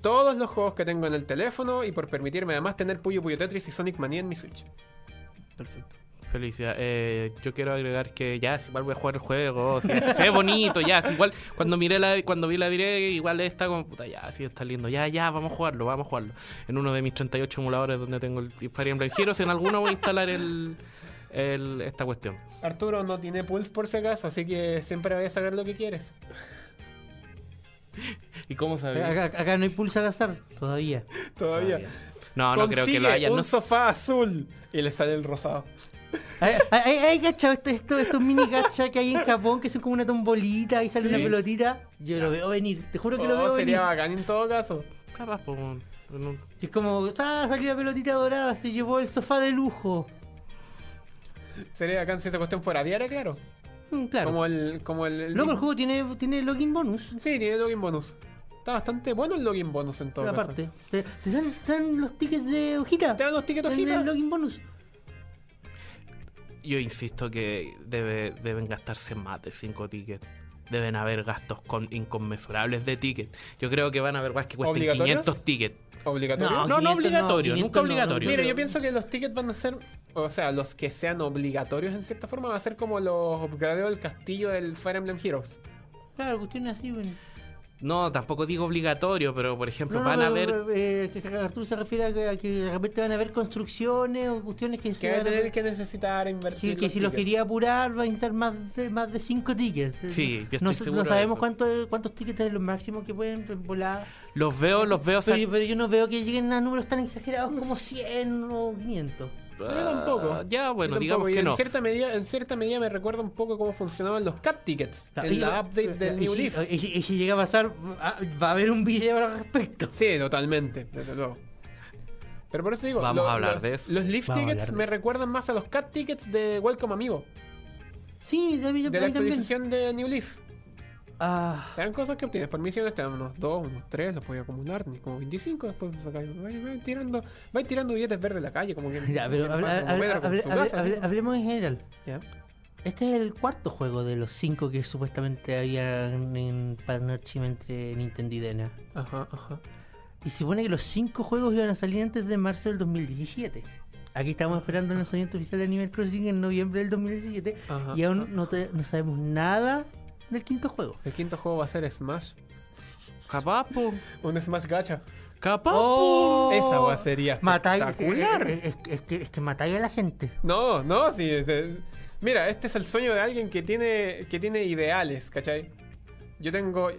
Speaker 3: todos los juegos que tengo en el teléfono y por permitirme además tener Puyo Puyo Tetris y Sonic Mania en mi Switch.
Speaker 2: Perfecto. Felicidad. Eh, yo quiero agregar que ya, si igual voy a jugar el juego, o sea, se ve bonito, ya, si igual cuando miré la, cuando vi la diré, igual está como puta, ya, sí está lindo, ya, ya, vamos a jugarlo, vamos a jugarlo. En uno de mis 38 emuladores donde tengo el Fire Emblem Heroes, en alguno voy a instalar el, el- esta cuestión.
Speaker 3: Arturo no tiene pulse por si acaso, así que siempre vaya a saber lo que quieres.
Speaker 2: ¿Y cómo sabía?
Speaker 1: Acá, acá no hay pulsar azar todavía.
Speaker 3: Todavía.
Speaker 2: No, no creo que lo
Speaker 3: Consigue
Speaker 2: haya.
Speaker 3: Un
Speaker 2: No,
Speaker 3: sofá azul y le sale el rosado.
Speaker 1: Hay, hay, hay gacha, esto- esto- estos mini gacha que hay en Japón que son como una tombolita y sale
Speaker 2: Sí.
Speaker 1: una pelotita. Yo lo veo venir, te juro que lo
Speaker 3: Oh,
Speaker 1: veo venir.
Speaker 3: sería bacán en todo caso.
Speaker 2: capaz, po, weón. No.
Speaker 1: Y Es como, ah, salió la pelotita dorada, se llevó el sofá de lujo.
Speaker 3: Sería bacán si esa cuestión fuera diaria, claro.
Speaker 1: Mm, claro.
Speaker 3: Como el. Como el, el-
Speaker 1: Luego el juego tiene, tiene login bonus.
Speaker 3: Sí, tiene login bonus. Está bastante bueno el login bonus en todo caso.
Speaker 1: Aparte, te, te dan, te dan los tickets de hojita.
Speaker 3: Te dan los tickets
Speaker 1: en
Speaker 3: hojitas.
Speaker 1: el login bonus.
Speaker 2: Yo insisto que debe, deben gastarse más de 5 tickets. Deben haber gastos con, inconmensurables de tickets. Yo creo que van a haber guas que cuesten
Speaker 3: ¿Obligatorios?
Speaker 2: 500 tickets.
Speaker 3: Obligatorio.
Speaker 2: No, no
Speaker 1: 500
Speaker 2: obligatorio,
Speaker 1: 500
Speaker 2: nunca obligatorio.
Speaker 3: Mira,
Speaker 1: creo.
Speaker 3: yo pienso que los tickets van a ser, o sea, los que sean obligatorios en cierta forma, va a ser como los upgradeos del castillo del Fire Emblem Heroes.
Speaker 1: Claro, cuestiones así, bueno.
Speaker 2: No, tampoco digo obligatorio, pero por ejemplo,
Speaker 1: No, no,
Speaker 2: van a
Speaker 1: no,
Speaker 2: haber.
Speaker 1: eh, que Arturo se refiere a que, a que de repente van a haber construcciones o cuestiones que se
Speaker 3: Que va a
Speaker 1: van a-
Speaker 3: tener que necesitar invertir.
Speaker 1: Sí, que si los
Speaker 3: tickets.
Speaker 1: quería apurar va a necesitar más de más de cinco tickets.
Speaker 2: Sí, yo estoy
Speaker 1: no,
Speaker 2: seguro
Speaker 1: No
Speaker 2: de
Speaker 1: sabemos
Speaker 2: eso.
Speaker 1: cuánto- cuántos tickets es lo máximo que pueden volar.
Speaker 2: Los veo, los veo.
Speaker 1: Pero,
Speaker 2: sac-
Speaker 1: yo- pero yo no veo que lleguen a números tan exagerados como 100 o 500.
Speaker 3: Yo tampoco.
Speaker 2: Ah, Ya, bueno,
Speaker 3: Yo
Speaker 2: digamos
Speaker 3: tampoco, y
Speaker 2: que
Speaker 3: en
Speaker 2: no.
Speaker 3: Cierta medida, en cierta medida me recuerda un poco cómo funcionaban los cat tickets en
Speaker 1: Y-
Speaker 3: la update del
Speaker 1: eh, y
Speaker 3: New
Speaker 1: si-
Speaker 3: Leaf.
Speaker 1: Y, si- y si llega a pasar, va va a haber un video al respecto.
Speaker 3: Sí, totalmente, desde luego. Pero por eso digo,
Speaker 2: Vamos a hablar de eso.
Speaker 3: Los Leaf
Speaker 1: Vamos a hablar
Speaker 3: tickets
Speaker 1: de
Speaker 3: me
Speaker 1: eso.
Speaker 3: recuerdan más a los cat tickets de Welcome Amigo,
Speaker 1: Sí, de, de-
Speaker 3: de
Speaker 1: a
Speaker 3: la
Speaker 1: mí también.
Speaker 3: actualización de New Leaf.
Speaker 1: Ah,
Speaker 3: Te dan cosas que obtienes. Por misiones te dan unos 2, unos 3, los podías acumular, ni como 25, después sacáis. Vais vais tirando, vais tirando billetes verdes en la calle, como que.
Speaker 1: <laughs> ya, pero hable-
Speaker 3: como Pedro,
Speaker 1: hable-
Speaker 3: como
Speaker 1: hable-
Speaker 3: su casa,
Speaker 1: hable-
Speaker 3: así.
Speaker 1: hablemos en general.
Speaker 3: Ya.
Speaker 1: Este es el cuarto juego de los cinco que supuestamente había en partnership entre Nintendo y Dena.
Speaker 3: Ajá, ajá.
Speaker 1: Y se supone que los cinco juegos iban a salir antes de marzo del 2017. Aquí estamos esperando el lanzamiento oficial de Animal Crossing en noviembre del 2017
Speaker 3: Ajá,
Speaker 1: y aún no, te- no sabemos nada del quinto juego.
Speaker 3: El quinto juego va a ser Smash.
Speaker 2: Capaz, po.
Speaker 3: Un Smash Gacha.
Speaker 2: Capaz,
Speaker 1: Oh.
Speaker 2: po.
Speaker 3: Esa va sería
Speaker 1: Matai,
Speaker 3: espectacular.
Speaker 1: es, eh, es- es que, es que matáis a la gente.
Speaker 3: No, no, sí. es- es- Mira, este es el sueño de alguien que tiene, que tiene ideales, ¿cachai? Yo tengo.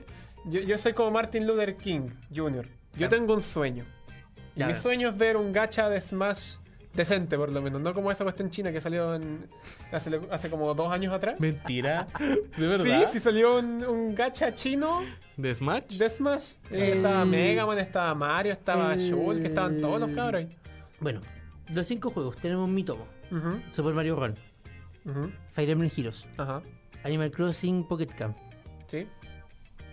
Speaker 3: Yo, yo soy como Martin Luther King Jr. Yo
Speaker 2: Claro.
Speaker 3: tengo un sueño. Y
Speaker 2: Claro.
Speaker 3: mi sueño es ver un gacha de Smash decente, por lo menos. No como esa cuestión china que salió en- hace, hace como dos años atrás. <laughs>
Speaker 2: Mentira. De
Speaker 3: Sí,
Speaker 2: verdad.
Speaker 3: sí salió un, un gacha chino
Speaker 2: ¿De Smash?
Speaker 3: de Smash. Eh,
Speaker 1: El-
Speaker 3: Estaba Mega Man, estaba Mario, estaba
Speaker 1: el-
Speaker 3: Shul, que estaban todos los cabros ahí.
Speaker 1: Bueno, los cinco juegos. Tenemos mi tomo.
Speaker 3: Ujú,
Speaker 1: Super Mario Run,
Speaker 3: ujú,
Speaker 1: Fire Emblem Heroes,
Speaker 3: Ajá.
Speaker 1: Animal Crossing Pocket Camp.
Speaker 3: Sí.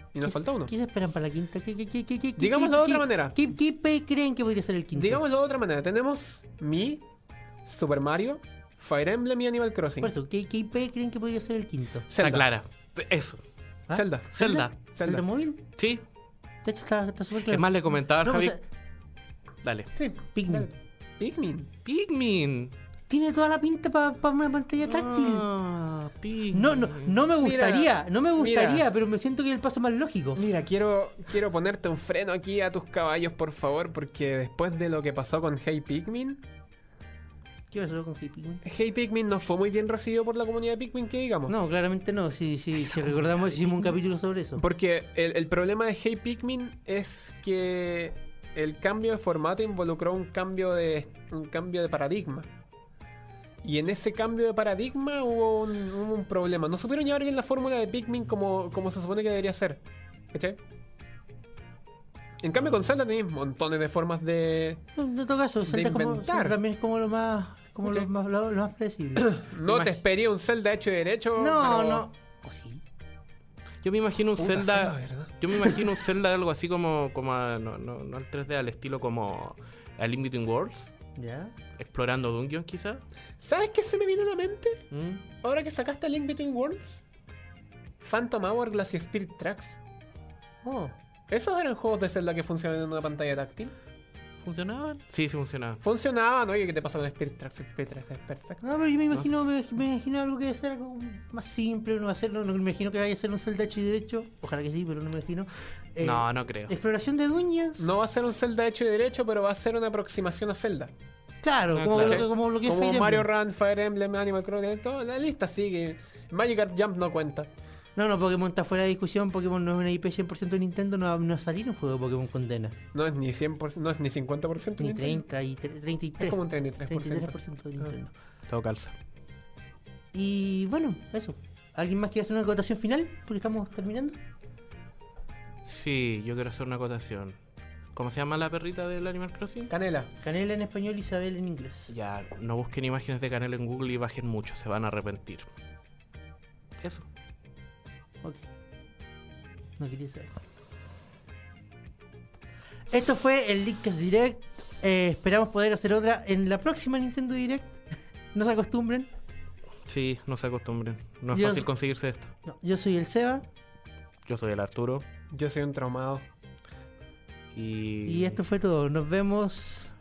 Speaker 3: Y
Speaker 1: ¿Qué se-
Speaker 3: nos falta uno.
Speaker 1: ¿Qué se esperan para la quinta? ¿Qué, qué, qué, qué, qué,
Speaker 3: Digámoslo
Speaker 1: qué-
Speaker 3: de otra
Speaker 1: qué-
Speaker 3: manera.
Speaker 1: ¿Qué, qué pe- creen que podría ser el quinto?
Speaker 3: Digámoslo de otra manera, tenemos Mi, Super Mario, Fire Emblem y Animal Crossing.
Speaker 1: Por eso, ¿qué, qué IP creen que podría ser el quinto?
Speaker 2: Está
Speaker 3: Zelda.
Speaker 2: clara. Eso.
Speaker 1: ¿Ah?
Speaker 3: Zelda.
Speaker 2: Zelda.
Speaker 1: ¿Zelda,
Speaker 3: Zelda.
Speaker 1: móvil?
Speaker 2: Sí.
Speaker 1: De hecho, está está súper claro.
Speaker 2: Es más, le comentaba a
Speaker 1: No, pues, o
Speaker 3: pues,
Speaker 2: Javi.
Speaker 1: sea,
Speaker 3: eh.
Speaker 2: Dale.
Speaker 3: Sí.
Speaker 1: Pikmin.
Speaker 3: Zelda. Pikmin.
Speaker 2: Pikmin.
Speaker 1: tiene toda la pinta para una pantalla táctil.
Speaker 2: Ah, Pikmin.
Speaker 1: No, no, no me gustaría, no me gustaría,
Speaker 3: mira.
Speaker 1: pero me siento que es el paso más lógico.
Speaker 3: Mira, quiero, quiero ponerte un freno aquí a tus caballos, por favor, porque después de lo que pasó con Hey Pikmin,
Speaker 1: ¿Qué pasó con Hey Pikmin?
Speaker 3: Hey Pikmin no fue muy bien recibido por la comunidad de Pikmin, que digamos.
Speaker 1: No, claramente no. Si, si, si recordamos, hicimos un capítulo sobre eso.
Speaker 3: Porque el, el problema de Hey Pikmin es que el cambio de formato involucró un cambio de, un cambio de paradigma. Y en ese cambio de paradigma hubo un, hubo un problema. No supieron llevar bien la fórmula de Pikmin como, como se supone que debería ser. ¿Cachai? En cambio con Zelda tenéis montones de formas de...
Speaker 1: No, En todo caso, Zelda, como,
Speaker 3: inventar.
Speaker 1: Zelda también es como lo más, como
Speaker 3: Sí.
Speaker 1: lo más, lo, lo más predecible.
Speaker 3: No
Speaker 2: Imagi-
Speaker 3: te espería un Zelda hecho y derecho.
Speaker 1: no,
Speaker 3: pero-
Speaker 1: no. ¿O sí?
Speaker 2: Yo me imagino un
Speaker 3: Puta,
Speaker 2: Zelda.
Speaker 3: sí, la verdad.
Speaker 2: Yo me imagino un Zelda algo así como. como a- no, no, no al 3D, al estilo como. A Link Between Worlds.
Speaker 1: ¿Ya?
Speaker 2: Explorando Dungeon, quizás.
Speaker 3: ¿Sabes qué se me viene a la mente?
Speaker 1: Mm.
Speaker 3: Ahora que sacaste Link Between Worlds, Phantom Hourglass y Spirit Tracks. Oh, esos eran juegos de Zelda que funcionaban en una pantalla táctil.
Speaker 2: ¿Funcionaban? Sí, sí funcionaban.
Speaker 3: Funcionaban, oye, ¿qué te pasa con Spirit Tracks? Spirit Tracks es perfecto.
Speaker 1: No, pero yo me
Speaker 2: No
Speaker 1: imagino, me, me imagino algo que debe ser algo más simple, no va a ser, no, no me imagino que vaya a ser un Zelda hecho y derecho. Ojalá que sí, pero no me imagino. Eh,
Speaker 2: no, no creo.
Speaker 1: Exploración de duñas.
Speaker 3: No va a ser un Zelda hecho y derecho, pero va a ser una aproximación a Zelda.
Speaker 1: Claro,
Speaker 2: Ah,
Speaker 1: como,
Speaker 2: claro.
Speaker 1: Lo, que- como lo que es
Speaker 3: Como
Speaker 1: Fire
Speaker 3: Mario
Speaker 1: Emblem.
Speaker 3: Run, Fire Emblem, Animal Crossing, toda la lista sigue. Magic Jump no cuenta.
Speaker 1: No, no, Pokémon está fuera de discusión. Pokémon no es una IP 100% de Nintendo. No va, no va a salir un juego de Pokémon con Dena.
Speaker 3: No es ni 100%, no es ni 50%.
Speaker 1: Ni
Speaker 3: Nintendo.
Speaker 1: 30 y tre- 33.
Speaker 3: Es como un 33%.
Speaker 1: 33% de Nintendo.
Speaker 2: Todo calza.
Speaker 1: Y bueno, eso. ¿Alguien más quiere hacer una acotación final? Porque estamos terminando.
Speaker 2: Sí, yo quiero hacer una acotación. ¿Cómo se llama la perrita del Animal Crossing?
Speaker 3: Canela.
Speaker 1: Canela en español, Isabel en inglés.
Speaker 2: Ya, no busquen imágenes de Canela en Google y bajen mucho, se van a arrepentir. Eso.
Speaker 1: Ok. No quería saber. Esto fue el Lickcast Direct. Eh, esperamos poder hacer otra en la próxima Nintendo Direct. <laughs> No se acostumbren.
Speaker 2: Sí, no se acostumbren. No es
Speaker 1: Yo-
Speaker 2: fácil conseguirse esto.
Speaker 1: No, yo soy el Seba
Speaker 2: Yo soy el Arturo
Speaker 3: Yo soy un traumado.
Speaker 2: y.
Speaker 1: y esto fue todo. Nos vemos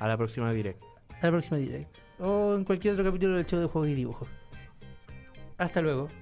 Speaker 2: A la próxima direct.
Speaker 1: a la próxima Direct. O en cualquier otro capítulo del show de juegos y dibujos. Hasta luego.